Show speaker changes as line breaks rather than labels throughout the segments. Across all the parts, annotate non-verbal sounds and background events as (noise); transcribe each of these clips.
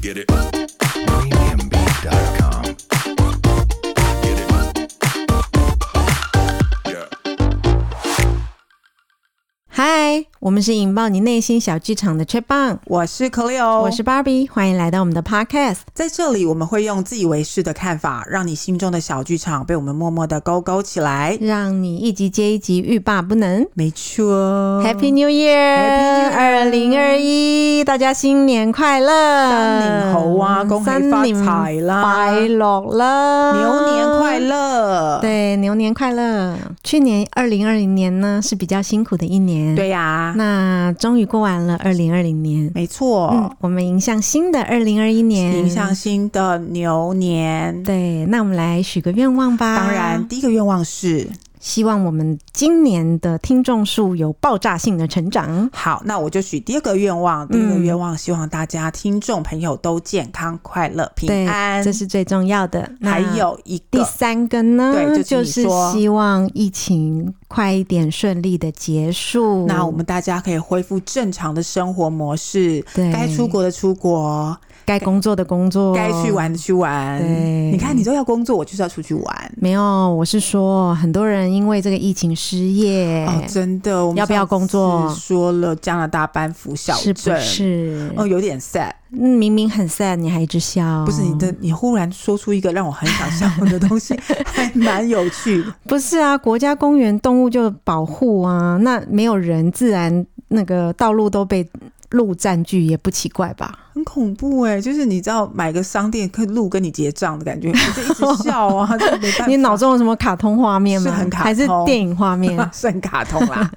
Get it. Premiumbeat.com. Get it. Yeah.
嗨，我们是引爆你内心小剧场的 c h i p n
我是 Cleo，
我是 Barbie，欢迎来到我们的 Podcast。
在这里我们会用自以为是的看法，让你心中的小剧场被我们默默的勾勾起来。
让你一集接一集欲罢不能。
没错
Happy New Year！二
Happy
零
New
二一，大家新年快乐！
三年猴啊恭喜发财啦
三年快乐啦！
牛年快！乐！
对，牛年快乐！去年二零二零年呢是比较辛苦的一年，，
对呀、
那终于过完了二零二零年，
没错，
嗯，我们迎向新的二零二一年，
迎向新的牛年。
对，那我们来许个愿望吧。
当然，，第一个愿望是
希望我们今年的听众数有爆炸性的成长。
好，那我就许第二个愿望。第一个
嗯
愿望，希望大家听众朋友都健康、快乐、
对
平安。
这是最重要的。那
还有一
第
个，
三个呢，
对
就
就是是你说
希望疫情快一点顺利的结束。
那我们大家可以恢复正常的生活模式，
对哦
该出国的出国，
该工作的工作，
该去。玩的去玩。
对
你看，你都要工作，我就是要出去玩。
没有，我是说，很多人因为这个疫情失业，
哦，真的，我们
要不要工作
上次说了加拿大班服小
是不
镇，
是？
哦，有点 sad。
嗯，明明很 sad，你还一直笑。
不是你的，你忽然说出一个让我很想笑的
(laughs)
东西，还蛮有趣的。
不是啊，国家公园动物就保护啊，那没有人，自然那个道路都被路占据，也不奇怪吧？
很恐怖哎、就是你知道买个商店可以路跟你结账的感觉，你就一直笑
(laughs)
啊，这没办法。
你脑
(laughs)
中有什么卡通画面吗？
是很卡通
还是电影画面？
(laughs) 算卡通啦，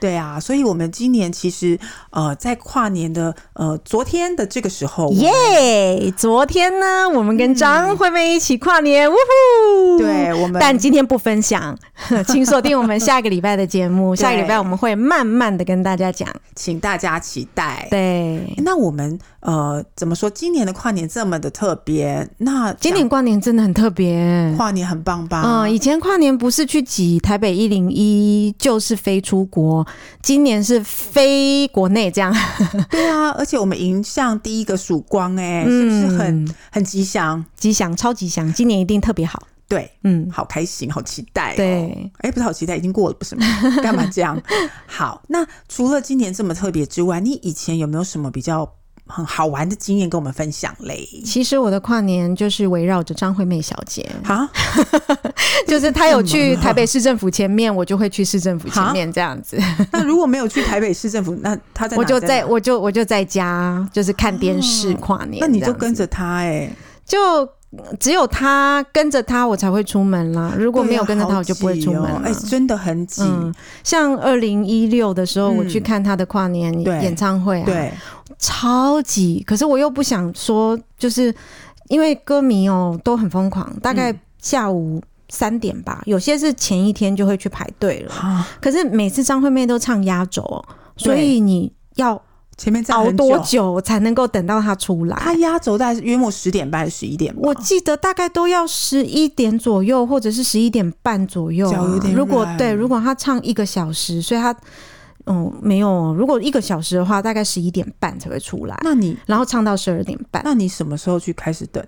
对啊，所以我们今年其实呃，在跨年的呃昨天的这个时候，
耶昨天呢，我们跟张惠妹一起跨年，呜呼！
对我们
但今天不分享， (laughs) 请锁定我们下个礼拜的节目。
(laughs) 对
下个礼拜我们会慢慢的跟大家讲。
请大家期待。
对，
那我们呃怎么说？今年的跨年这么的特别，那
今年跨年真的很特别
讲。跨年很棒吧？
嗯，以前跨年不是去挤台北一零一，就是飞出国。今年是飞国内，这样
对啊，而且我们迎向第一个曙光、哎、是不是很很吉祥？
吉祥，嗯超吉祥。今年一定特别好。
对，
嗯，
好开心，好期待、哦。
对，
哎，不是好期待，已经过了，不是吗？干嘛这样？ (laughs) 好，那除了今年这么特别之外，你以前有没有什么比较很好玩的经验跟我们分享嘞？
其实我的跨年就是围绕着张惠妹小
(laughs)
姐，
啊，
就是她有去台北市政府前面，我就会去市政府前面这样子，
那如果没有去台北市政府，那他在哪
我就在
哪
我就我就在家，就是看电视跨年这
哦那
样子。
你就跟着他哎、
就。只有她跟着她，我才会出门啦。如
如
果没有跟着她，我就不会出门了。
哎、真的很挤，
嗯，像二零一六的时候，
嗯
我去看他的跨年
对
演唱会啊，
对，
超级，可是我又不想说，就是因为歌迷哦都很疯狂，大
嗯
概下午。三点吧，有些是前一天就会去排队了。
啊，
可是每次张惠妹都唱压轴哦，
对
所以你要
前面站
熬
很
多久才能够等到她出来？
他压轴大概是约莫十点半、十一点吧，
我记得大概都要十一点左右，或者是十一点半左右、
脚
啊
有。点
如果
软
对，如果他唱一个小时，所以他嗯没有，如果一个小时的话，大概十一点半才会出来，
那你
然后唱到十二点半。
那你什么时候去开始等？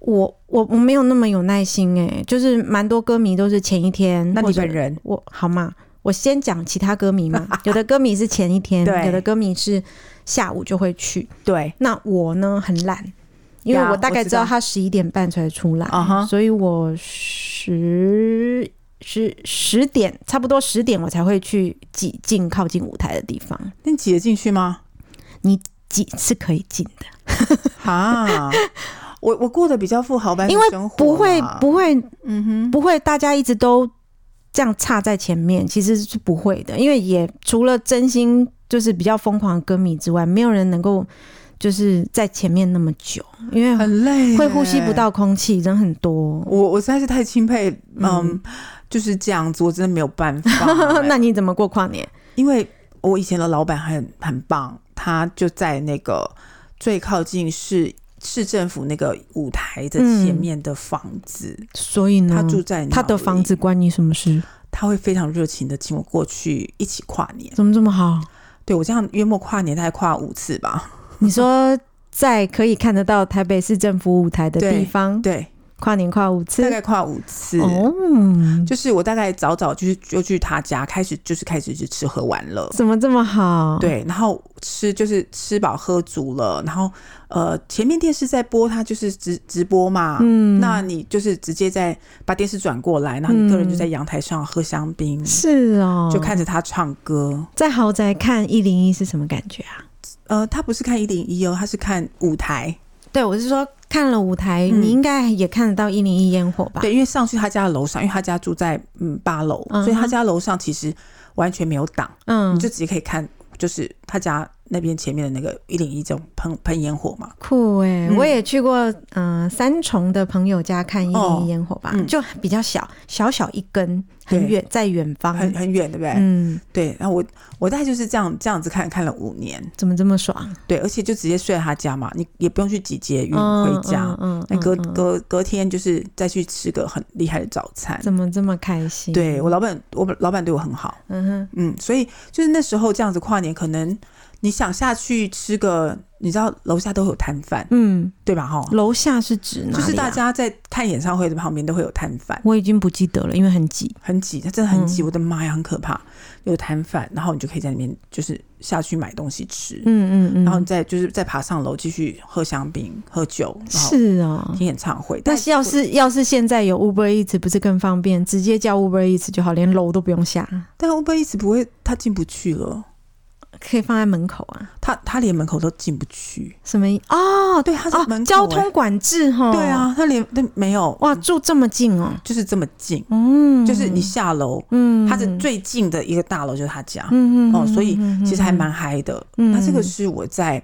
我我我没有那么有耐心哎、就是蛮多歌迷都是前一天。
那
嗯或
你
者
本人
我好嘛？我先讲其他歌迷
(laughs)
嘛，有的歌迷是前一天，
对
有的歌迷是下午就会去。
对
那我呢很懒，因为
呀
我大概
我
知
知
道
道
他十一点半才出来
啊哈
所以我十十十点差不多十点我才会去挤进靠近舞台的地方，
那你挤得进去吗？
挤是可以进的，
哈， (laughs) 我我过得比较富豪般的
因为
生活啦，
不会不会
嗯哼，
不会大家一直都这样插在前面，其实是不会的，因为也除了真心就是比较疯狂的歌迷之外，没有人能够就是在前面那么久，因为
很累耶，
会呼吸不到空气，人很多。
我我实在是太钦佩，嗯，就是这样子，我真的没有办 (laughs) 法
(laughs) 。那你怎么过跨年？
因为我以前的老板很很棒，他就在那个最靠近市市政府那个舞台的前面的房子，
所以呢，
嗯他住在
他的房
哪里，
子关你什么事？
他会非常热情的请我过去一起跨年。
怎么这么好？
对我这样约莫跨年大概跨五次吧。
你说在可以看得到台北市政府舞台的地方，
对，
跨年跨五次
大，概跨五次。
哦，
就是我大概早早就是就去他家，开始就是开始就吃喝玩乐，
怎么这么好？，
对，然后吃就是吃饱喝足了，然后呃前面电视在播，它就是直直播嘛，
嗯，
那你就是直接在把电视转过来，然后你个人就在阳台上喝香槟，
嗯是哦，
就看着他唱歌。
在豪宅看一零一是什么感觉啊？
呃，他不是看一零一哦，他是看舞台。
对，我是说看了舞台，
嗯
你应该也看得到一零一烟火吧？
对，因为上去他家的楼上，因为他家住在嗯八楼，
嗯哼
所以他家楼上其实完全没有挡，
嗯
你就，直接可以看，就是他家那边前面的那个一零一这种喷喷烟火嘛。
酷哎、
嗯
我也去过，嗯、三重的朋友家看一零
哦
一烟火吧，
嗯
就比较小，小小一根，很
对
远，在远方。
很很远，对不对？
嗯，
对，然后我我大概就是这样这样子看看了五年，
怎么这么爽？
对，而且就直接睡在他家嘛，你也不用去挤捷运
嗯
回家，
嗯嗯
那隔
嗯嗯
隔隔天就是再去吃个很厉害的早餐。
怎么这么开心？
对我老板，我老板对我很好，
嗯
嗯，所以就是那时候这样子跨年，可能你想下去吃个，你知道楼下都会有摊贩
哼，，嗯，
对吧？哈，
楼下是指哪里、啊？
哦就是大，家在看演唱会的旁边都会有摊贩，
我已经不记得了，因为很挤。
很挤，它真的很挤，
嗯
我的妈呀，很可怕，有摊贩，然后你就可以在里面就是下去买东西吃，
嗯嗯嗯，
然后你再就是再爬上楼继续喝香槟、喝酒，然后
是哦。
听演唱会。
那
但
要是要是现在有 Uber Eats，不是更方便？直接叫 Uber Eats 就好，连楼都不用下，
但 Uber 一直不会，他进不去了，
可以放在门口啊。
他他连门口都进不去。
什么意？哦，
对，他是
哦，
门口、
交通管制哈。
欸对，啊，他连那没有
哇，住这么近哦。
就是这么近，
嗯，
就是你下楼，
嗯，
他的最近的一个大楼就是他家，
嗯嗯
哦，所以
嗯嗯
其实还蛮嗨的。
嗯
那这个是我在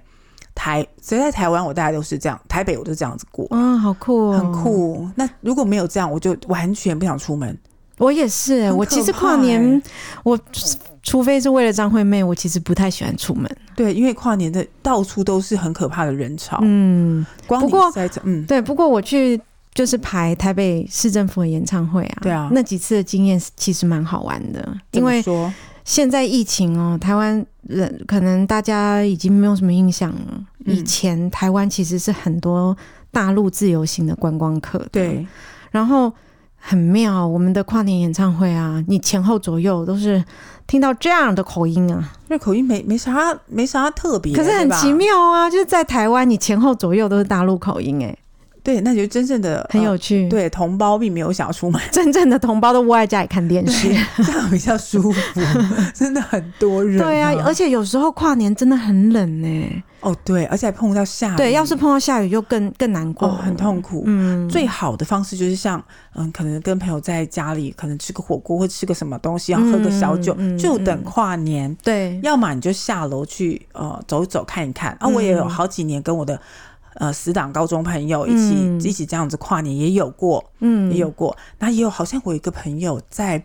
台，所以在台湾我大概都是这样，台北我都这样子过。
嗯，好酷哦，
很。酷。那如果没有这样，我就完全不想出门。
我也是欸，
很
我其实
可怕
跨年
欸，
我除非是为了张惠妹，我其实不太喜欢出门。
对，因为跨年的到处都是很可怕的人潮，
嗯，
光
不
你
过
在这，嗯，
对。不过我去就是排台北市政府的演唱会啊，
对啊
那几次的经验其实蛮好玩的，因为
怎么说
现在疫情哦，台湾人可能大家已经没有什么印象了。
嗯
以前台湾其实是很多大陆自由行的观光客的，
对，
然后很妙，我们的跨年演唱会啊，你前后左右都是听到这样的口音啊，
那口音没没啥没啥特别，
可是
对
很
吧
奇。妙啊，就是在台湾，你前后左右都是大陆口音、欸，哎，
对，那就真正的
很有
呃
趣。，
对同胞并没有想要出门，
真正的同胞都窝在家里看电 (laughs) 视。
这样比较舒服。 (laughs) 真的很多人、
对啊，而
且
且有时候跨年真的很冷呢、欸
哦对，而且还碰到下雨，
对，要是碰到下雨就更更难过、
哎哦很。痛苦。
嗯，
最好的方式就是像，嗯，可能跟朋友在家里，可能吃个火锅或吃个什么东西，然后喝个小酒，
嗯嗯嗯
就等跨年。
对，
要么你就下楼去呃走一走看一看啊，
嗯
我也有好几年跟我的呃死党高中朋友一起、
嗯
一起这样子跨年也有过，
嗯
也有过。那、也有好像我有一个朋友在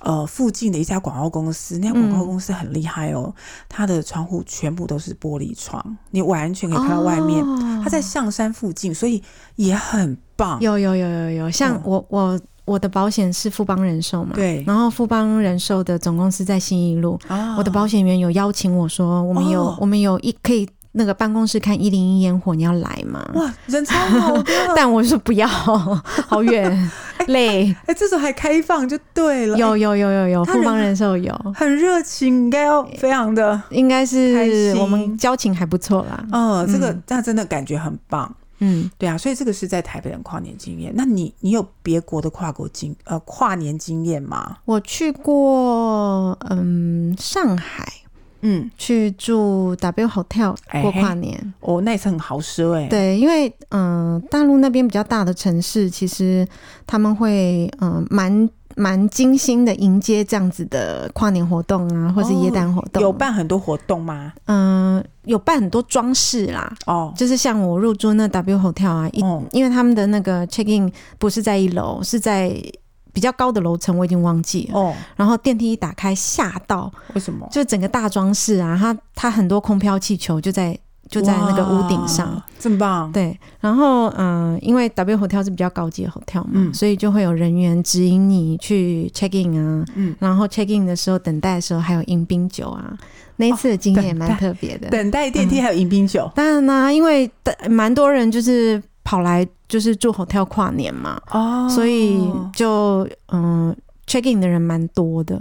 呃附近的一家广告公司，那家
嗯
广告公司很厉害哦，它的窗户全部都是玻璃窗，你完全可以看到外面。
哦
它在象山附近，所以也很棒。
有有有有有，像
嗯
我、我我的保险是富邦人寿嘛，
对
然后富邦人寿的总公司在信义路，
啊
我的保险员有邀请我说，我们有、
哦
我们有一可以那个办公室看一零一烟火，你要来吗？
哇，人超
(laughs)
好的，
但我说不要， (laughs) 好
(laughs)
远，累。
哎、这时候还开放就对了，
有有有有有，
他
富
人
邦人寿有，
很热情，应该要非常的，
应该
开
是
心
我们交情还不错啦。
哦，这个
嗯
那真的感觉很棒，
嗯，
对啊，所以这个是在台北的跨年经验。那你你有别国的跨国经呃跨年经验吗？
我去过嗯上海
嗯，
去住 W Hotel
哎
过跨年。
哦，那一次很豪奢哎、，
对，因为嗯、呃大陆那边比较大的城市，其实他们会嗯，蛮蛮精心的迎接这样子的跨年活动啊，或是耶诞活动。
哦有办很多活动吗？
嗯、有办很多装饰啦，
哦，
就是像我入住那 W Hotel 啊，一、
哦，
因为他们的那个 check in 不是在一楼，是在比较高的楼层，我已经忘记了。
哦，
然后电梯一打开，吓到，
为什么？
就整个大装饰啊，它它很多空飘气球就在就在那个屋顶上
哇。，真棒。
对，然后嗯、呃因为 W hotel 是比较高级的 hotel 嘛，
嗯
所以就会有人员指引你去 check in 啊，
嗯
然后 check in 的时候等待的时候还有迎宾酒啊，那一次的经验也蛮
等待
特别的。
等待
嗯
电梯还有迎宾酒
当然啦、因为的蛮多人就是跑来就是住 hotel 跨年嘛，
哦
所以就嗯、check in 的人蛮多的。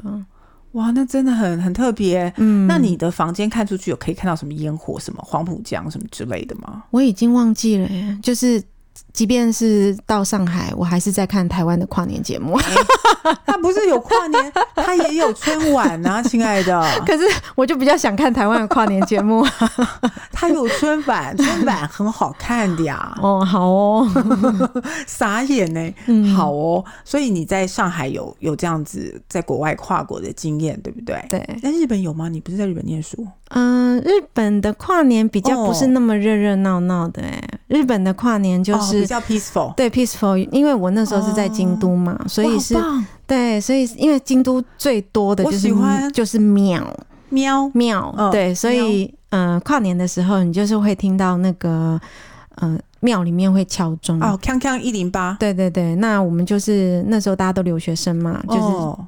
哇，那真的很很特别。
嗯，
那你的房间看出去有可以看到什么烟火、什么黄浦江什么之类的吗？
我已经忘记了耶，就是即便是到上海，我还是在看台湾的跨年节
(laughs)
目，
它不是有跨 (laughs) 年，它也有春晚啊，亲爱 (laughs) 的，
可是我就比较想看台湾的跨年节
(laughs)
目。
它有春晚，春晚很好看的呀，
哦，好哦，
傻眼呢、
嗯
好哦，所以你在上海有有这样子在国外跨国的经验，对不对？
对，
那日本有吗？你不是在日本念书？
嗯、日本的跨年比较不是那么热热闹闹的，哎、日本的跨年就
哦、
是、
比较 peaceful，
对 peaceful，因为我那时候是在京都嘛，所以是
哦哇好棒
对，所以因为京都最多的就是
我喜欢
就是庙
喵
庙，
嗯
对，所以嗯、呃跨年的时候你就是会听到那个呃庙里面会敲钟。
哦，康康一零八，
对对对，那我们就是那时候大家都留学生嘛，就是
哦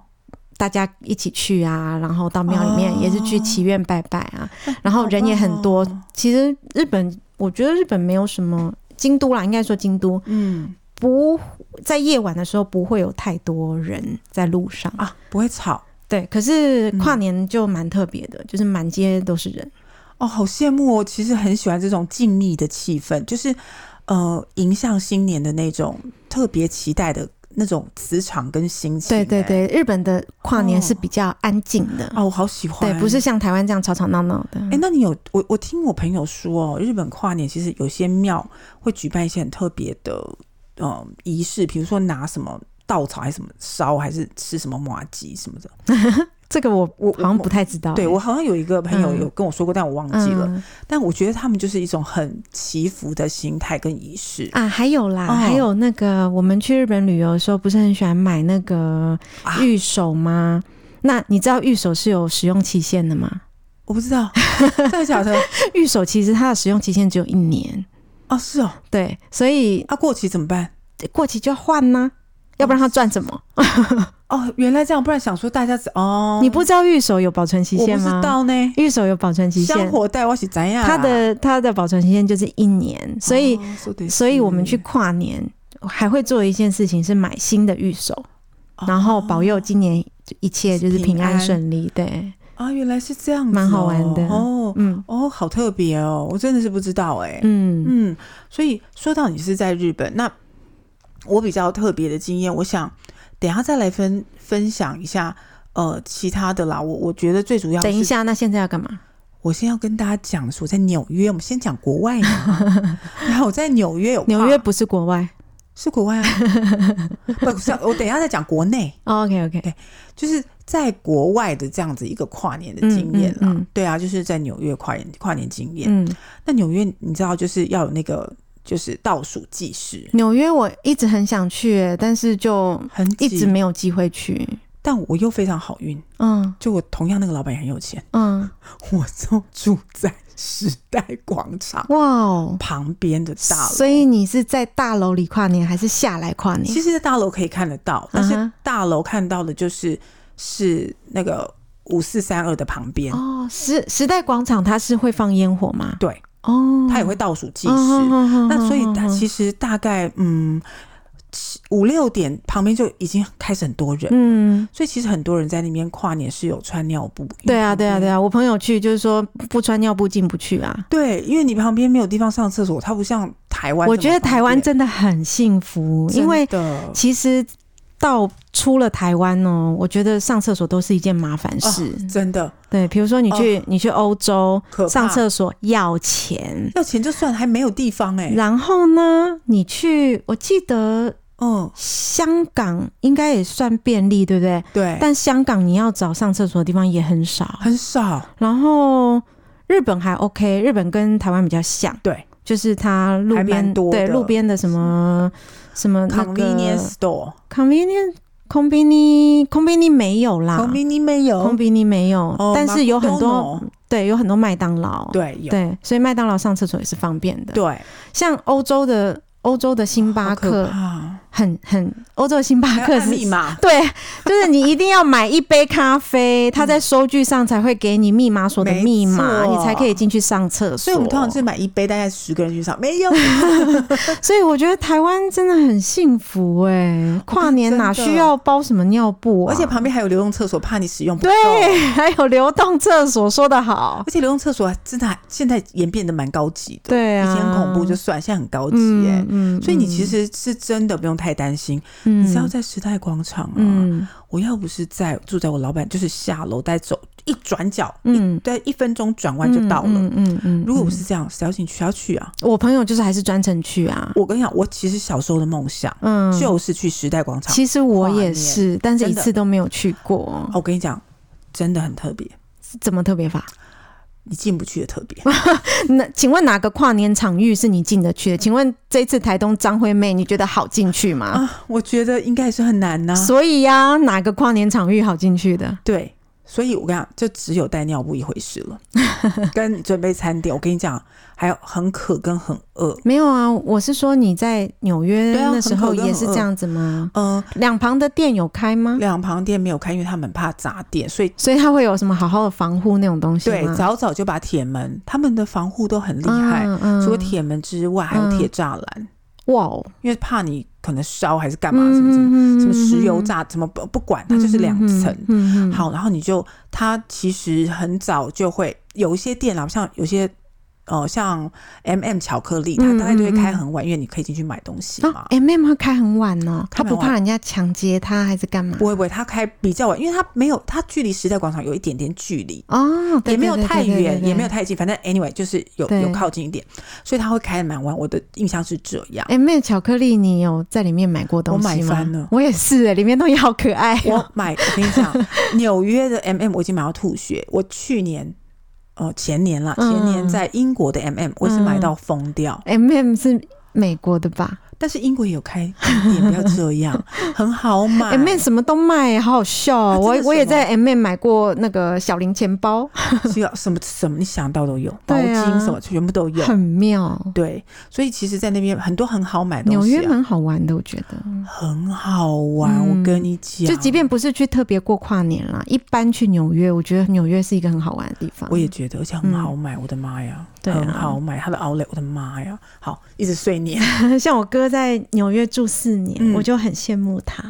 大家一起去啊，然后到庙里面也是去祈愿拜拜
哎
啊，
哦
然后人也很多。
好棒哦
其实日本，我觉得日本没有什么京都啦，应该说京都
嗯
不在夜晚的时候不会有太多人在路上。
啊，嗯不会吵
对，可是跨年就蛮特别的，就是满街都是人。
哦，好羡慕哦。其实很喜欢这种静谧的气氛，就是呃，迎向新年的那种特别期待的那种磁场跟心情。
对对
哎，
对，日本的跨年
哦
是比较安静的，
哦，我好喜欢，
对，不是。像台湾这样吵吵闹闹的。
哎、那你有我我听我朋友说哦，日本跨年其实有些庙会举办一些很特别的呃仪式，比如说拿什么稻草还是什么烧，还是吃什么麻吉什么的。
这个我
我
好像不太知道、
对
欸
我好像有一个朋友
嗯
有跟我说过，但我忘记了。
嗯
但我觉得他们就是一种很祈福的心态跟仪式
啊，还有啦，
哦
还有那个我们去日本旅游的时候，不是很喜欢买那个
啊
玉手吗？那你知道玉手是有使用期限的
(laughs)
吗？
我不
(laughs)
知道真的假的
玉手其实它的使用期限只有一年，
哦，是哦，
对，所以
啊，过期怎么办？
过期就要换呢、要不然它赚什么？
哦，原来这样，不然想说大家只哦，
你不知道玉手有保存期
我不
限
知
吗？
道呢，
玉手有保存期
香
限，
火带我是怎样啊？
它的它的保存期限就是一年，所以、
哦说得
所以我们去
是
跨年还会做一件事情是买新的玉手，
哦
然后保佑今年一切就是平安顺利。对，
啊，原来是这样子哦，
蛮好玩的
哦
嗯
哦，好特别哦，我真的是不知道哎，
嗯
嗯，所以说到你是在日本，那我比较特别的经验，我想等一下再来分分享一下。呃，其他的啦，我我觉得最主要是
等一下，那现在要干嘛？
我先要跟大家讲的是，我在纽约，我们先讲国外
(laughs)
嘛。然后我在纽约有跨，
纽约不是国外。
是国外啊，不是我等一下再讲国内，
OK OK，
就是在国外的这样子一个跨年的经验啦。
嗯嗯嗯
对啊，就是在纽约跨年跨年经验。
嗯，
那纽约你知道就是要有那个就是倒数计时，
纽约我一直很想去，但是就
很
一
挤
直，没有机会去。
但我又非常好运，
嗯
就我同样那个老板也很有钱，
嗯，
我就住在时代广场
哇哦！
旁边的大楼，
所以你是在大楼里跨年，还是下来跨年？
其实，在大楼可以看得到，但
嗯
是
哼
大楼看到的就是是那个五四三二的旁边，
哦，时时代广场它是会放烟火吗？
对，
哦，
它也会倒数计时。
那
那所以它其实大概嗯七五六点旁边就已经开始很多人，
嗯，
所以其实很多人在那边跨年是有穿尿布。
对啊，对啊，对
啊。
啊，我朋友去就是说不穿尿布进不去啊。
对，因为你旁边没有地方上厕所，它不像台湾这么方便。
我觉得台湾真的很幸福，因为
真的
其实到出了台湾哦，我觉得上厕所都是一件麻烦
哦
事。
真的
对，比如说你去、你去欧洲
可怕
上厕所要钱，
要钱就算，还没有地方哎、
然后呢，你去我记得
嗯，
香港应该也算便利，对不对？
对，
但香港你要找上厕所的地方也很少，
很少。
然后日本还 OK，日本跟台湾比较像，
对，
就是它路
还蛮
边
多
对
的
路边的什么什么那个
convenience store，
convenience conveni conveni 没有啦
conveni 没有
conveni 没有
啊哦，
但是有很多
，McDonald
对，有很多麦当劳，
哦对，有
对，所以麦当劳上厕所也是方便的。
对，
像欧洲的欧洲的星巴
好可
克，
怕，
很很欧洲的星巴
还
克
有按
是
密码，
(laughs) 对，就是你一定要买一杯咖啡，他在收据上才会给你密码锁的
没
密码，
错
你才可以进去上厕所。
所以我们通常是买一杯，大概十个人去上，没有
所以我觉得台湾真的很幸福哎、
哦
跨年哪
真的
需要包什么尿布啊？
而且旁边还有流动厕所，怕你使用不够。
对，还有流动厕所，说得好。
而且流动厕所真的还现在演变得蛮高级的，
对啊，
以前很恐怖就算，现在很高级耶、
嗯嗯，
所以你其实是真的不用太担心，
嗯
你知道在时代广场啊，
嗯
我要不是在住在我老板，就是下楼再走一转角，
嗯
一对一分钟转弯就到了。
嗯嗯嗯嗯
如果我是这样，谁要进去？谁要去啊？
我朋友就是还是专程去啊，
我跟你讲，我其实小时候的梦想
嗯，
就是去时代广场。
其实我
跨
也
年
是，但是
真
一
的
次都没有去过
哦，我跟你讲，真的很特别，
怎么特别法？
你进不去的特别。
那请问哪个跨年场域是你进得去的？
嗯
请问这次台东张惠妹，你觉得好进去吗？
啊，我觉得应该也是很难呐、
所以呀、哪个跨年场域好进去的？
对，所以我跟你讲，就只有带尿布一回事
(laughs)
了，跟准备餐点。我跟你讲，还有很渴跟很饿。
没有啊，我是说你在纽约
对啊
那时候
很渴跟
也是
很饿
这样子吗？
嗯、
两旁的店有开吗？
两旁店没有开，因为他们怕砸店，所以
所以它会有什么好好的防护那种东西
对
吗？
早早就把铁门，他们的防护都很厉害，
嗯嗯
除了铁门之外，还有铁栅栏，
哇哦，
因为怕你可能烧还是干
嗯
嘛什么什么、什么石油炸怎么不不管，它就是两层。
嗯，嗯嗯嗯
好，然后你就它其实很早就会有一些店啊，像有些。呃，像 M、m 巧克力，它
嗯
大概就会
嗯嗯
开很晚，因为你可以进去买东西嘛。
啊，M M 会开很晚哦，
开
他
蛮
不
晚
怕人家抢劫他还是干嘛？
不会不会，它开比较晚，因为它没有，它距离时代广场有一点点距离，
哦，对
也没有
对对
太
对对
远，
对
也没有太近，反正 anyway 就是有
对
有靠近一点，所以它会开的蛮晚。我的印象是这样。
哎、妹，巧克力，你有在里面买过东西吗？
我买翻了
我也是、哎，里面东西好可爱、哦。
我买，我跟你讲，纽约的 M、m 我已经买到吐血。我去年，呃，前年啦，前年
嗯
在英国的 M、m 我是买到疯掉。
M M 是美国的吧
但是英国也有开店，不要这样，很好买。
(laughs) ？M M 什么都卖、好好笑、哦。
哎啊真的
我我也
什么
在 M M 买过那个小零钱包，
需要什么什么你想到都有，毛
对啊
巾什么全部都有。
很妙。
对，所以其实，在那边很多很好买的
纽
东西、
约
啊，
蛮好玩的，我觉得。
很好玩。
嗯
我跟你讲，
就即便不是去特别过跨年啦，一般去纽约，我觉得纽约是一个很好玩的地方。
我也觉得，而且很好买，我的妈呀，
嗯对啊
很好买，它的 outlet，我的妈呀，好，一直碎念。
(laughs) 像我哥在纽约住四年，
嗯
我就很羡慕他。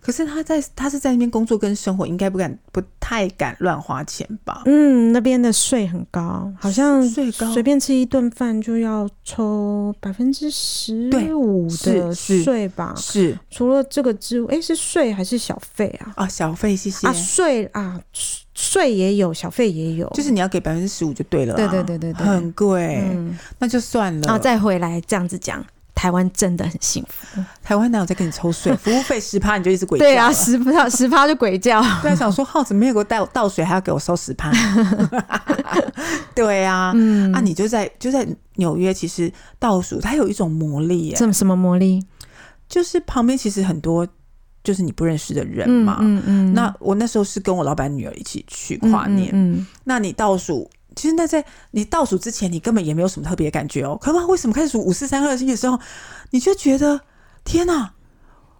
可是他在他是在那边工作跟生活，应该不敢不太敢乱花钱吧？
嗯，那边的税很高，好像
税高
随便吃一顿饭就要抽百分之十五的
是是
税吧？
是
除了这个之外，哎、是税还是小费啊？
啊，小费谢谢，
啊，税啊，税税也有，小费也有，
就是你要给百分之十五就对了、啊，
对对对对对
很贵，
嗯，啊
那就算了。
然后再回来这样子讲，台湾真的很幸福。
台湾哪有在跟你
(laughs)
抽税？服务费十趴你就一直鬼叫了，
对啊，十
(laughs)
趴十趴就鬼叫。
对啊，想说耗子没有给我倒倒水，还要给我收
(laughs)
十趴。对啊，
嗯，
啊，你就在就在纽约，其实倒数它有一种魔力耶，
这什么魔力？
就是旁边其实很多就是你不认识的人嘛。
嗯嗯，
那我那时候是跟我老板女儿一起去跨年，
嗯，嗯
那你倒数。其实那在你倒数之前，你根本也没有什么特别的感觉哦。可不知道为什么开始数五四三二一的时候，你就觉得天哪，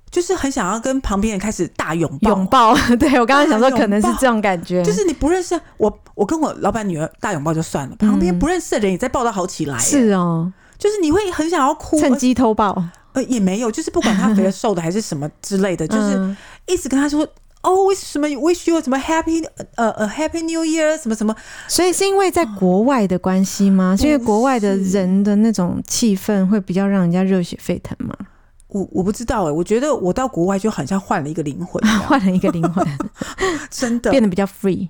就是很想要跟旁边人开始大拥抱，啊
拥抱。 (laughs) 对我刚刚想说，
拥抱
可能是这种感觉，
就是你不认识我，我跟我老板女儿大拥抱就算了，旁边不认识的人也在抱得好起来，
是哦，
就是你会很想要哭，
趁
呃
机偷抱，
呃也没有，就是不管他肥的瘦的还是什么之
(laughs)
类的，就是
嗯
一直跟他说。哦，为什么 wish you 什么 happy 呃呃 happy new year 什么什么？
所以是因为在国外的关系吗？
不
是
是
因为国外的人的那种气氛会比较让人家热血沸腾吗？
我我不知道哎、我觉得我到国外就好像 (laughs) 换了一个灵
(laughs)
魂一样，
换了一个灵魂，
真的
变。得比较 free。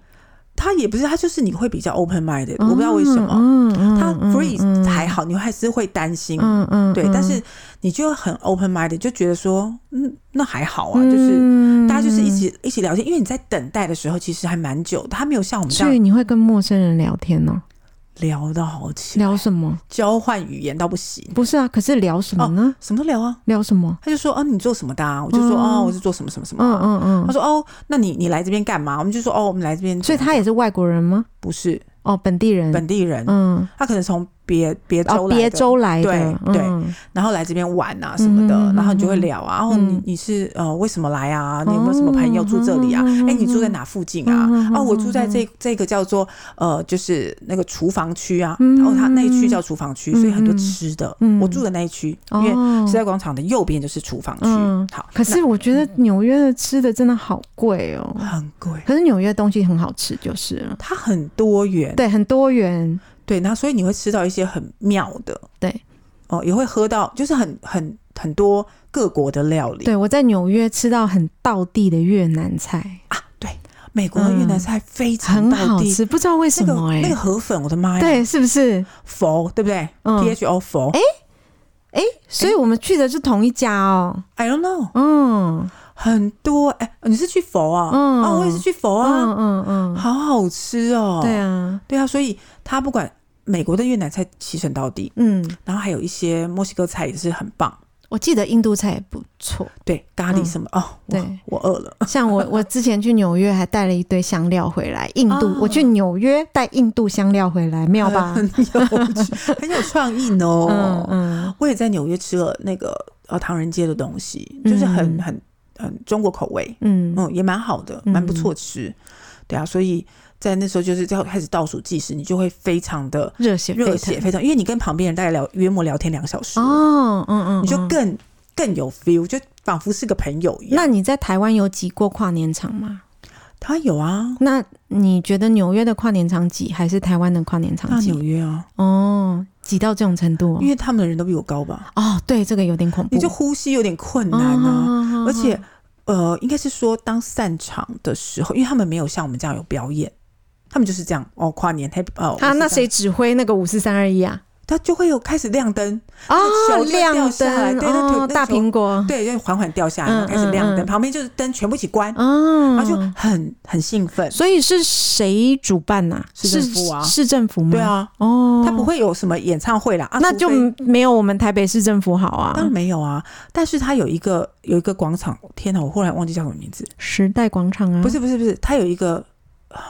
他也不是，他就是你会比较 open minded，、我不知道为什么。
嗯嗯
他
嗯
free 还好，你还是会担心，
嗯嗯，
对，
嗯
但是你就很 open minded，就觉得说，嗯，那还好啊，
嗯
就是大家就是一起一起聊天，因为你在等待的时候其实还蛮久的，他没有像我们这
所以
样
你会跟陌生人聊天呢？
聊到好起来，
聊什么？
交换语言到不行，
不是啊，可是聊什么呢？
什么都聊啊。
聊什么？
他就说，啊，你做什么的、啊？我就说，
嗯
啊，我是做什么什么什么
嗯
啊、
嗯嗯，
他说，哦，那你你来这边干嘛？我们就说，哦，我们来这边，
所以他也是外国人吗？
不是，
哦，本地人，
本地人，
嗯，
他可能从别别州
哦，
来的
别州来的，
对对
嗯
然后来这边玩啊什么的，
嗯哼
然后你就会聊啊，然后、
嗯哦
你你是呃为什么来啊？你有没有什么朋友住这里啊？哎、你住在哪附近啊？
嗯哼
哦，我住在这这个叫做呃就是那个厨房区啊，
嗯
然后它那一区叫厨房区，所以很多吃的。
嗯
我住的那一区，因为
哦
时代广场的右边就是厨房区。
嗯
好，
可是我觉
嗯
得纽约的吃的真的好贵哦，
那很贵，
可是纽约东西很好吃就是了，
它很多元，
对，很多元，
对，那所以你会吃到一些很妙的，
对，
哦，也会喝到，就是很很很多各国的料理。
对我在纽约吃到很道地的越南菜，
美国的越南
嗯
菜非常
很
到
好
啊地，
吃，不知道为什
那个
么哎、
那个河粉，我的妈呀！，
对，是不是？
佛对不对、
嗯
p H O 佛。
哎所以我们去的是同一家哦，
I don't know，
嗯
很多哎、你是去佛啊？
嗯
啊，我也是去佛啊，
嗯嗯嗯，
好好吃哦。
对，啊，
对啊，所以他不管美国的越南菜齐全到底，
嗯，
然后还有一些墨西哥菜也是很棒。
我记得印度菜也不
(laughs)
错，
对，咖喱
嗯
什么、哦，我
对
我饿了。
像我，我之前去纽约还带了一堆香料回来，印度，
哦
我去纽约带印度香料回来，妙吧？
很哦有趣， (laughs) 很有创意呢。
嗯嗯，
我也在纽约吃了那个呃唐人街的东西，就是很
嗯
很很中国口味，
嗯，
嗯，也蛮好的，
嗯
蛮不错吃。对啊，所以在那时候就是要开始倒数计时，你就会非常的
热血沸
热
腾
血，非常，因为你跟旁边人大概聊约莫聊天两小时，
哦，嗯嗯，
你就
嗯
更更有 feel，就仿佛是个朋友一样。
那你在台湾有挤过跨年场吗？
他有啊，
那你觉得纽约的跨年场挤还是台湾的跨年场
他纽
挤？
约啊，
哦，挤到这种程度哦
因，为他们的人都比我高吧，
哦，对，这个有点恐怖，
你就呼吸有点困难啊。
哦
而且呃，应该是说当散场的时候，因为他们没有像我们这样有表演，他们就是这样哦，跨年 happy
他
哦，我是
啊那
这样
谁指挥那个五四三二一啊？
他就会有开始亮灯，
哦
那球，就
亮
掉下来
灯
对那球
哦，
那
大
球
苹果，
对，就缓缓掉下来，然后
嗯
开始亮灯，
嗯嗯
旁边就是灯全部一起关，
哦，
然后就很很兴奋，
所以是谁主办呐、
市政府啊
是市政府吗？
对，啊，
哦，
他不，会有什么演唱会啦，啊
那
除
就嗯
非
没有我们台北市政府好啊
当。然没有啊，但是他有一个有一个广场，天哪，我忽然忘记叫什么名字，
时代广场啊，
不是不是不是，他有一个。啊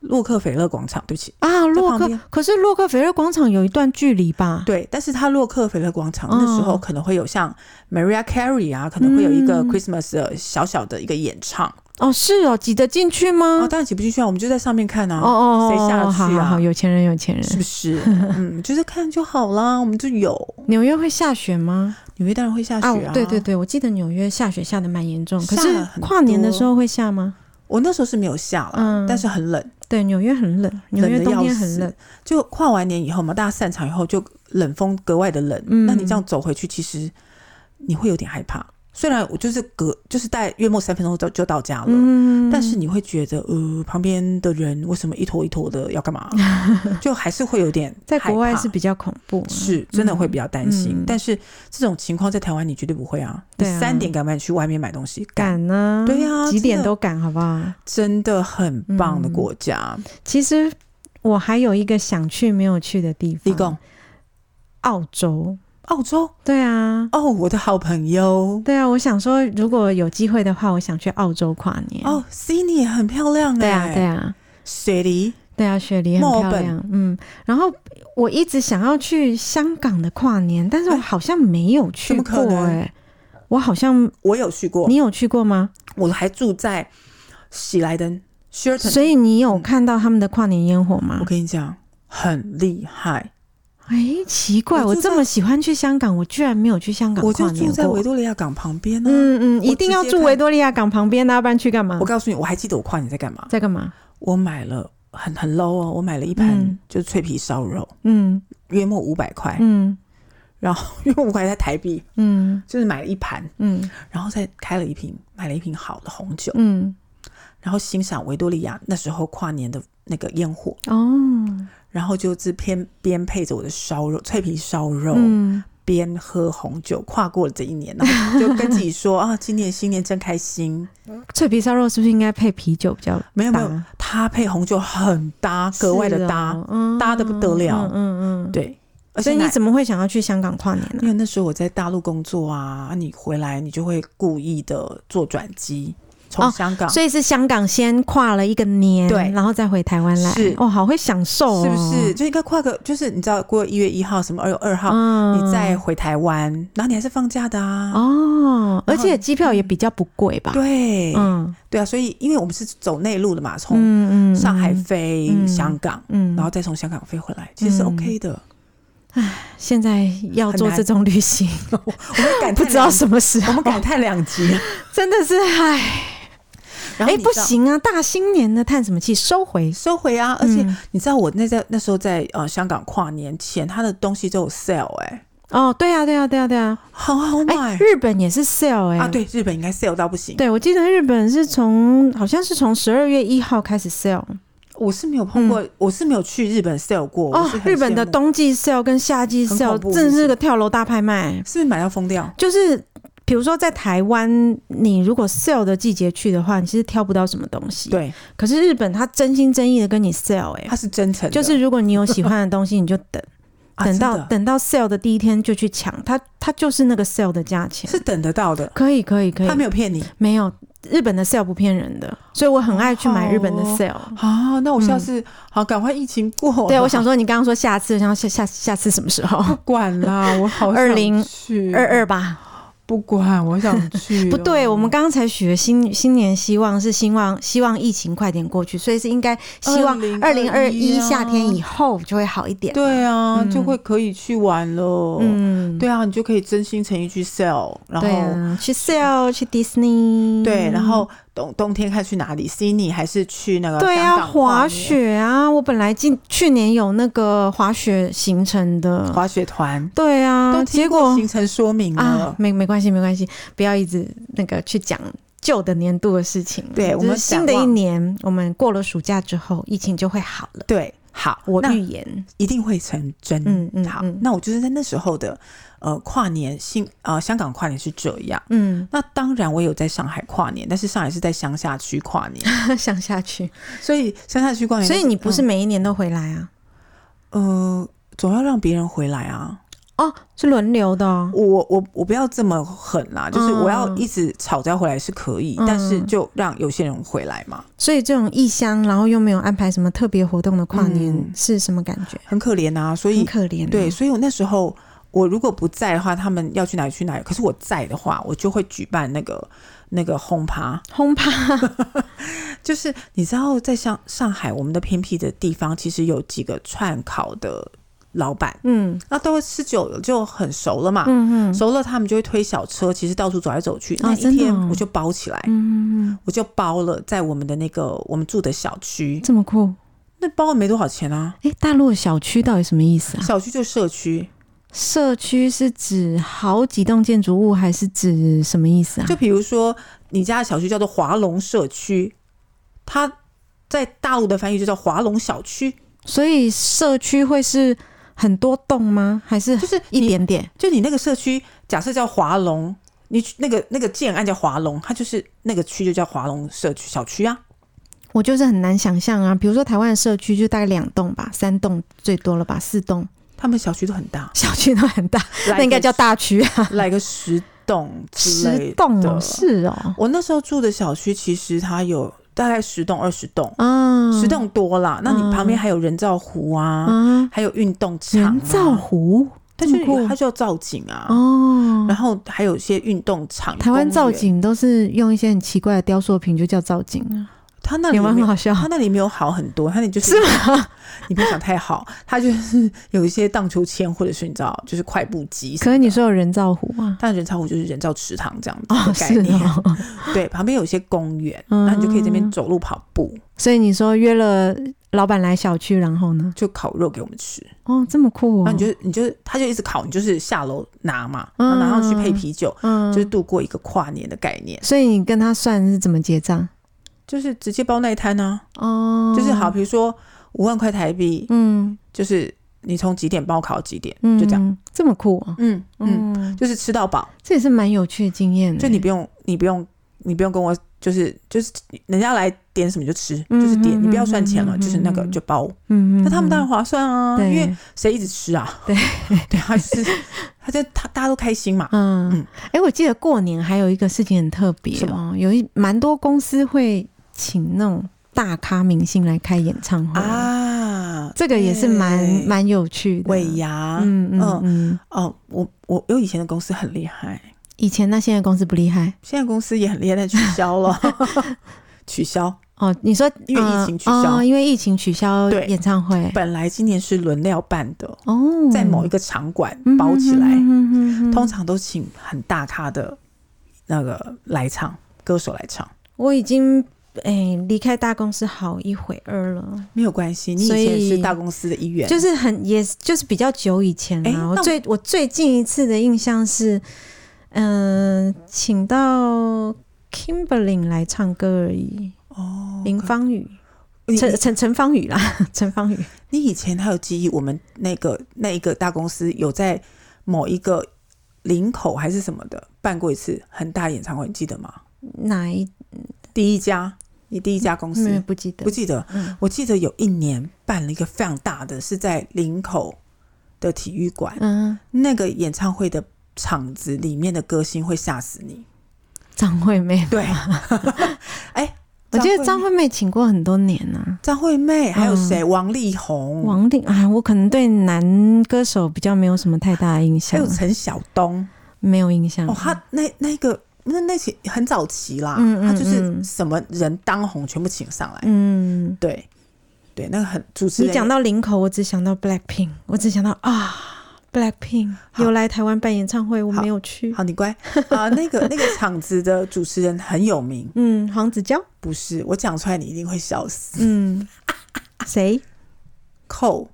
洛克菲勒广场，对不起，
啊，洛
旁
克
边，
可是洛克菲勒广场有一段距离吧？
对，但是他洛克菲勒广场那时候
哦
可能会有像 Maria Carey 啊，可能会有一个
嗯
Christmas 的小小的一个演唱。
哦，是哦，挤得进去
哦，
吗？
当然挤不进去啊，我们就在上面看啊，
哦哦，
谁下
哦
去啊
好好好，有钱人，有钱
是不
人。
是？
(laughs)
嗯，就是看就好啦，我们就有。
纽约会下雪吗？
纽约当然会下雪啊，
哦对对，对，我记得纽约下雪下的蛮严重，可
下
是
很
跨年的
多
时候会下吗？
我那时候是没有下了，
嗯
呃但是很冷，
对，纽约很冷，纽约
冷得
冬
要
天很
死
冷，。
就跨完年以后嘛，大家散场以后就冷风格外的冷，
嗯
那你这样走回去，其实你会有点害怕。虽然我就是隔就是大概约莫三分钟就就到家了，
嗯，
但是你会觉得，呃，旁边的人为什么一坨一坨的要
(laughs)
干嘛？就还是会有点
在国外
害怕
是比较恐怖啊，
是真的会比较担心。
嗯
但是这种情况在台湾你绝对不会啊，你
对啊
三点敢不敢去外面买东西？，
敢呢、
对啊
几
真
点
的
都敢，好不好？
真的很棒的国家。
其实我还有一个想去没有去的地
立
方，
功，
澳洲。
澳洲
对啊，
哦，我的好朋友
对啊，我想说，如果有机会的话，我想去澳洲跨年。，
哦，Sydney 也很漂亮哎、
啊对啊，对啊，
雪梨
对啊，雪梨很
墨尔
漂
本
亮。嗯，然后我一直想要去香港的跨年，但是我好像没有去
哎怎么可
过
能
哎、我好像
我有去过
你，有去过吗？
我还住在喜来登 Sheraton，
所以你有看到他们的跨年烟火吗
嗯我？跟你讲，很厉害。
哎、奇怪，
我
我
住
这
在
么喜欢去香港，我居然没有去香港
我
跨
就
年
住在
过
维多利亚港旁边呢、啊
嗯嗯，
我
一定要
直接
住
看
维多利亚港旁边啊，不然去干嘛
我？告诉你，我还记得我跨年在干嘛。
在干嘛？
我买了很很 low 哦，我买了一盘
嗯
就是脆皮烧肉，
嗯
约莫五百块，
嗯
然后 (laughs) 约莫五块在台币，
嗯
就是买了一盘，
嗯
然后再开了一瓶，买了一瓶好的红酒，
嗯，
然后欣赏维多利亚那时候跨年的那个烟火，
哦，
然后就是边边配着我的烧肉脆皮烧肉，
嗯，
边喝红酒，跨过了这一年，然后就跟自己说 (laughs) 啊，今年新年真开心。
脆皮烧肉是不是应该配啤酒比较搭？
没有没有，它配红酒很搭，嗯格外的
是
搭，
哦，嗯
搭得不得了
嗯嗯嗯，
对。而且
所以你
奶
怎么会想要去香港跨年呢
因？啊为那时候我在大陆工作啊，啊你回来你就会故意的做转机，从
哦
香港，
所以是香港先跨了一个年，
对
然后再回台湾来，
是
哦，好会享受、哦，
是不是？？就应该跨个，就是你知道过一月一号什么，二月二号、
嗯
你再回台湾，然后你还是放假的啊。
哦，而且机票也比较不贵吧？
对、
嗯
对啊，所以因为我们是走内陆的嘛，从
嗯嗯，
上海飞
嗯
香港，
嗯，
然后再从香港飞回来，其实是
嗯
OK 的。 (laughs)
现在要做这种旅
(laughs)
行，
我们感
不
叹
知道
两
什么时
我
候，
们感叹两集，
(laughs) 真的是唉，
然后
哎
你
不
知道
行啊！大新年的叹什么气？收回，
收回啊！而且
嗯
你知道我那在那时候在呃香港跨年前，他的东西都有 sale 哎、
哦，对啊，对啊，对啊，对啊，
好好
哎、
买、
日本也是 sale 哎、
啊！，对，日本应该 sale 到不行，
对我记得日本是从好像是从十二月一号开始 sale
我是没有碰过，我是没有去日本 sale 过。我
哦
是，很
日本的
羡慕
冬季 sale 跟夏季
很
sale
恐怖
真的
是不
是
是
个跳楼大拍卖，
是不是买到疯掉？
就是。比如说，在台湾，你如果 sale 的季节去的话，你其实挑不到什么东西。。
对，
可是日本，他真心真意的跟你 sale，哎、
它是真诚的，
就是如果你有喜欢的东西，你就等，
(laughs) 啊
等到
真的
等到 sale 的第一天就去抢，它它就是那个 sale 的价钱，
是等得到的，
可以可以可以
他，没有骗你
没有日本的 sale 不骗人的，所以我很爱去买日本的
哦
sale。
啊！那我下次、好，赶快疫情过。
对，我想说你刚刚说下次，然后下下下次什么时候
不？管 (laughs) 啦，我好想
20
去
二二吧，
不管，我想 (laughs) 去哦。
不对，我们刚刚才许的新新年希望是希望希望疫情快点过去，所以是应该希望二零二一
2021啊
夏天以后就会好一点。，
对啊，
嗯
就会可以去玩了。
嗯，
对啊，你就可以真心诚意去 sell，然后
对啊，去 sale 去 Disney，
对然后冬冬天看去哪里，Sydney 还是去那个
对
香
啊，
港
滑
跨年
雪啊，我本来今去年有那个滑雪行程的，
滑雪团，
对啊，
都
结
听过
果
行程说明
啊
了，。
没没关系，没关系，不要一直那个去讲旧的年度的事情。
对
就是
我们
新
展
的一
望
年，我们过了暑假之后，疫情就会好了。
对，好，
我
那
预言，
一定会成真。
嗯嗯
好
嗯，
那我就是在那时候的呃跨年新呃香港跨年是这样。 (laughs)
嗯，
那当然，我也有在上海跨年，但是上海是在乡下区跨
(laughs)
年，
想下去。
所以乡下区跨年就，
(laughs) 所以你不是每一年都回来啊？
嗯呃，总要让别人回来啊。
哦，是轮流的哦。
我我我不要这么狠啦，就是我要
嗯
一直吵着要回来是可以，
嗯
但是就让有些人回来嘛，
所以这种异乡，然后又没有安排什么特别活动的跨年，
嗯
是什么感觉？
很可怜啊。所
很
以
可怜、
对，，所以我那时候我如果不在的话，他们要去哪里去哪里，可是我在的话，我就会举办那个那个轰趴，
轰趴
就是你知道在上上海我们的偏僻的地方，其实有几个串烤的老板，
嗯
那都吃久了就很熟了嘛。
嗯嗯
熟了，他们就会推小车，其实到处走来走去。那一
真的
天
哦
我就包起来，
嗯，
我就包了在我们的那个我们住的小区，
这么酷。
那包了没多少钱啊？
哎、大陆的小区到底什么意思啊？
小区就社区，
社区是指好几栋建筑物，还是指什么意思啊？
就比如说你家的小区叫做华龙社区，它在大陆的翻译就叫华龙小区，
所以社区会是很多栋吗？还是
就是
一
你
点点？
就你那个社区，假设叫华龙，你去那个那个建案叫华龙，它就是那个区就叫华龙社区小区啊。
我就是很难想象啊。比如说台湾的社区就大概两栋吧，三栋最多了吧，四栋，
他们小区都很大
小区都很大， (laughs) 那应该叫大区啊，
来个来个十栋之类
十栋哦，
的。
是哦，
我那时候住的小区，其实它有大概十栋、二十栋，
嗯，
十栋多啦。那
嗯
你旁边还有人造湖啊，
啊，
还有运动场、啊。
人造，湖
它
这么
就
酷
它就要造景啊。
哦。
然后还有一些运动场，
台湾造
公园，
景都是用一些很奇怪的雕塑品，就叫造景啊，
它那里
有没有很
没
好笑？
他那里没有好很多，他那里就是 (laughs) 你别想太好，他就是 (laughs) 有一些荡秋千，或者是你知道，就是快步机。
可是你，说有人造湖啊？
但人造湖就是人造池塘这样子
哦，
的概
是
念。
哦。
对，旁边有一些公园，
嗯
那你就可以这边走路跑步，
(laughs) 所以你说约了老板来小区，然后呢？
就烤肉给我们吃。
哦，这么酷哦。
那你就你就他就一直烤，你就是下楼拿嘛，
嗯
然后拿上去配啤酒，
嗯，
就是度过一个跨年的概念，
所以你跟他算是怎么结账？
就是直接包那一摊啊，
哦，
就是好，比如说五万块台币，
嗯，
就是你从几点包烤几点，
嗯，
就这样。
样，这么酷哦。
嗯嗯，
嗯，
就是吃到饱。
这也是蛮有趣的经验的。
就你不用，你不用，你不用跟我就是就是人家来点什么就吃，
嗯
就是点，你不要算钱
嗯
了，
嗯嗯
就是那个
嗯
就包。
嗯
那他们当然划算啊，
对
因为谁一直吃啊？ (laughs)
对
对，他就是他就他大家都开心嘛。
嗯
嗯，
哎、我记得过年还有一个事情很特别
什
哦，有一蛮多公司会请那种大咖明星来开演唱会，
啊，
嗯这个也是蛮
对
蛮有趣的。
尾牙，
嗯嗯
嗯
嗯，
哦，我我我以前的公司很厉害，
以前那现在公司不厉害
现在公司也很厉害，但取消
(laughs)
了，取消。
哦。你说
因为疫情取消
呃哦因为疫情取消
对
演唱会
本来今年是轮料办的，
哦，嗯
在某一个场馆包起来，通
通
常都请很大咖的那个来唱歌手来唱，
我已经哎离、开大公司好一会儿了，
没有关系。你以
所以
前也是大公司的一员，
就是很也就是比较久以前了。
哎那我
我最我最近一次的印象是，嗯、请到 Kimberly 来唱歌而已，
哦
林芳雨。
你
陈陈陈芳雨啦， (laughs) 陈芳雨，
你以前还有记忆，我们那个那一个大公司有在某一个林口还是什么的办过一次很大演唱会，你记得吗？
哪一
第一家，你第一家公
没有
司
不记得
不？记得？
嗯
我记得有一年办了一个非常大的，是在林口的体育馆，
嗯，
那个演唱会的场子里面的歌星会吓死你。 (laughs)
张惠妹， (laughs)
对，哎、
我记得
张
张
惠
惠妹请过很多年啊。
张惠妹还有谁？王力宏，
王力，哎，我可能对男歌手比较没有什么太大的印
还
象
有，陈晓东。
没有印象。
哎哦，他那那个那那些很早期啦，
嗯嗯
他就是
嗯
什么人当红全部请上来，
嗯，
对对，那个很主持
你
人
讲到林口，我只想到 Blackpink，我只想到啊，Blackpink
好
有来台湾办演唱会，我没有去。
好，你乖啊、那个那个场子的主持人很有名，
嗯，黄子佼，
不是我讲出来你一定会笑死。 (laughs)
嗯，谁？
寇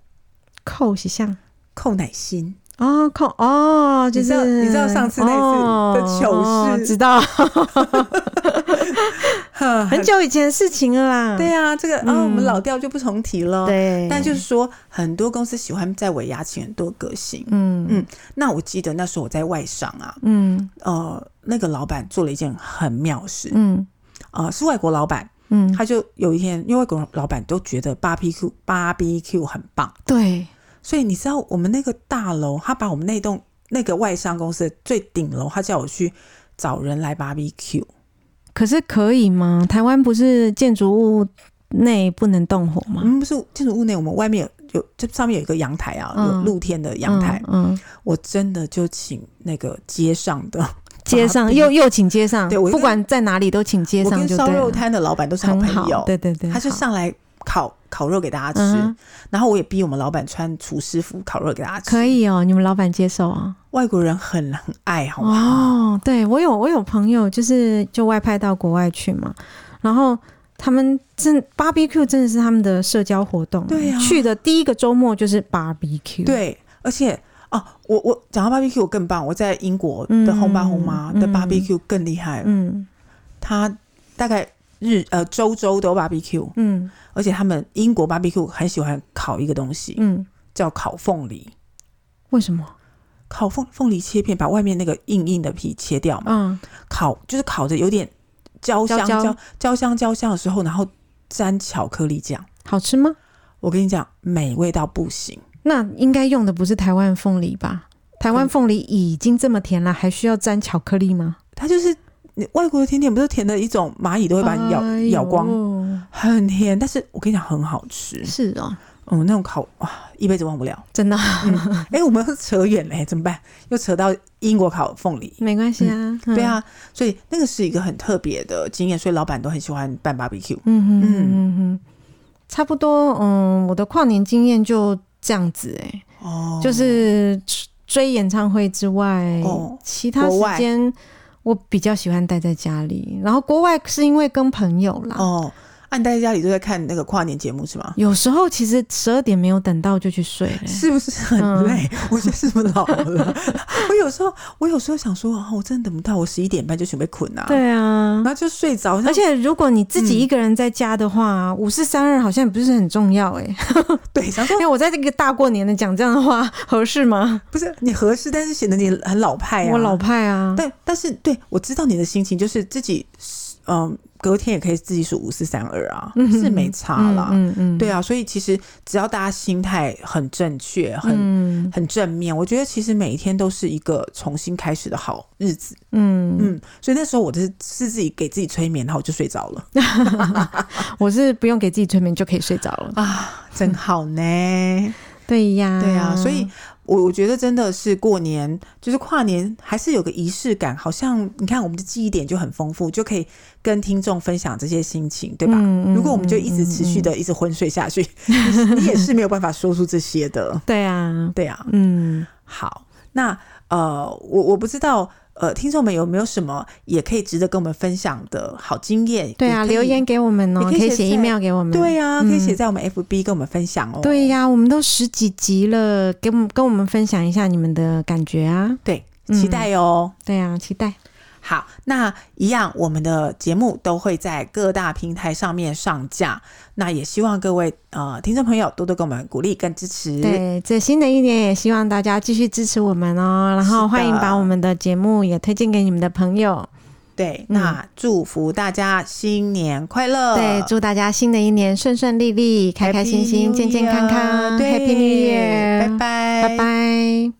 寇是像
寇乃馨，
哦，寇哦，就
你知道
是
你知道上次那次的糗
哦
事
知
(laughs)
道
很
很久以前的事情了啦。
对啊，这个啊、我们
嗯
老调就不重提了。，
对，
但就是说很多公司喜欢在尾牙请很多歌星。
嗯
嗯那我记得那时候我在外商啊，
嗯
呃，那个老板做了一件很妙事，
嗯
啊，是外国老板，
嗯，
他就有一天，因为外国老板都觉得 BBQ BBQ 很棒，
对，
所以你知道我们那个大楼，他把我们那栋那个外商公司的最顶楼，他叫我去找人来 BBQ，
可是可以吗？台湾不是建筑物内不能动火
我
吗？
嗯们不是建筑物内，我们外面有有这上面有一个阳台啊，有
嗯
露天的阳台，
嗯，嗯，
我真的就请那个街上的
街上
BBQ
又又请街上，
对我
不
跟
管在哪里都请街
我
上
跟
就
烧
对
肉
了，
摊的老板都是好
很
朋
好，
友，
对对对，
他就
好
上来烤烤肉给大家吃，
嗯哼
然后我也逼我们老板穿厨师服烤肉给大家吃，
可以哦，你们老板接受啊？
外国人很很爱，好吗？
哦，对我有我有朋友就是就外派到国外去嘛，然后。他们真 barbecue 真的是他们的社交活动，
对啊
去的第一个周末就是 barbecue，，
对，而且哦，我我讲到 barbecue 更棒，我在英国的
嗯
红爸红妈的
嗯
barbecue 更厉害，
嗯
他大概日呃周周都 barbecue，
嗯
而且他们英国 barbecue 很喜欢烤一个东西，
嗯，
叫烤凤梨，
为什么？
烤凤凤梨切片，把外面那个硬硬的皮切掉嘛，
嗯，
烤就是烤的有点焦
焦
香
焦
焦焦香焦香的时候，然后沾巧克力酱，
好吃吗？
我跟你讲，美味到不行。
那应该用的不是台湾凤梨吧？台湾凤梨已经这么甜了，还需要沾巧克力吗？
它就是你外国的甜点，不是甜的一种蚂蚁都会把你咬、
哎呦
咬光，很甜。但是我跟你讲，很好吃。
是哦，
嗯，那种烤哇，一辈子忘
(laughs)
不了。
真的啊、
哎、我们又扯远了、哎怎么办？又扯到英国烤凤梨。
没关系啊。嗯
对，啊，所以那个是一个很特别的经验，所以老板都很喜欢办 barbecue。
嗯哼嗯哼嗯哼，差不多。嗯，我的跨年经验就这样子、欸，
哦
就是追演唱会之外，
哦
其他时间我比较喜欢待在家里。然后国外是因为跟朋友啦，
哦，啊，你待在家里都在看那个跨年节目是吗？
有时候其实十二点没有等到就去睡了、
是不是
嗯
很累？ (laughs) 我觉得是不是老了？ (laughs) 我有时候，我有时候想说，啊，我真的等不到，我十一点半就准备困啊，，
对啊
然，后就睡着，
而且如果你自己一个人在家的话，五四三二好像也不是很重要哎、
对，想说
因为我在这个大过年的讲这样的话合适吗？
不是你合适，但是显得你很老派啊。
我老，派啊，
但但是对我知道你的心情，就是自己嗯，隔天也可以自己数五四三二啊，是没差啦。
嗯嗯，
对啊，所以其实只要大家心态很正确，很、
嗯
很正面，我觉得其实每一天都是一个重新开始的好日子。
嗯，
嗯，所以那时候我就是是自己给自己催眠，然后我就睡着了
我是不用给自己催眠就可以睡着了。
啊，真好呢。嗯
对呀，
对啊，所以我我觉得真的是过年，就是跨年还是有个仪式感，好像你看我们的记忆点就很丰富，就可以跟听众分享这些心情，对吧？
嗯嗯
如果我们就一直持续的一直昏睡下去， (laughs) 你也是没有办法说出这些的。
对啊，
对啊，
嗯，
好，那呃，我我不知道呃，听众们有没有什么也可以值得跟我们分享的好经验？
对啊，
也可以
留言。给我们哦，
也可以
可以
写
写
在
email 给我们。
对啊，可以写
嗯
在我们 FB 跟我们分享哦。
对呀、我们都十几集了，给我们跟我们分享一下你们的感觉啊。
对，期待哦。
对啊，期待。
好，那一样，我们的节目都会在各大平台上面上架。那也希望各位呃听众朋友多多给我们鼓励跟支持。
对，这新的一年也希望大家继续支持我们哦，然
是的
后欢迎把我们的节目也推荐给你们的朋友。
对
嗯
那祝福大家新年快乐！
对，祝大家新的一年顺顺利利、开开心
呃 Happy
心、
New
健健康康
Year，对
Happy New Year，
拜拜，
拜拜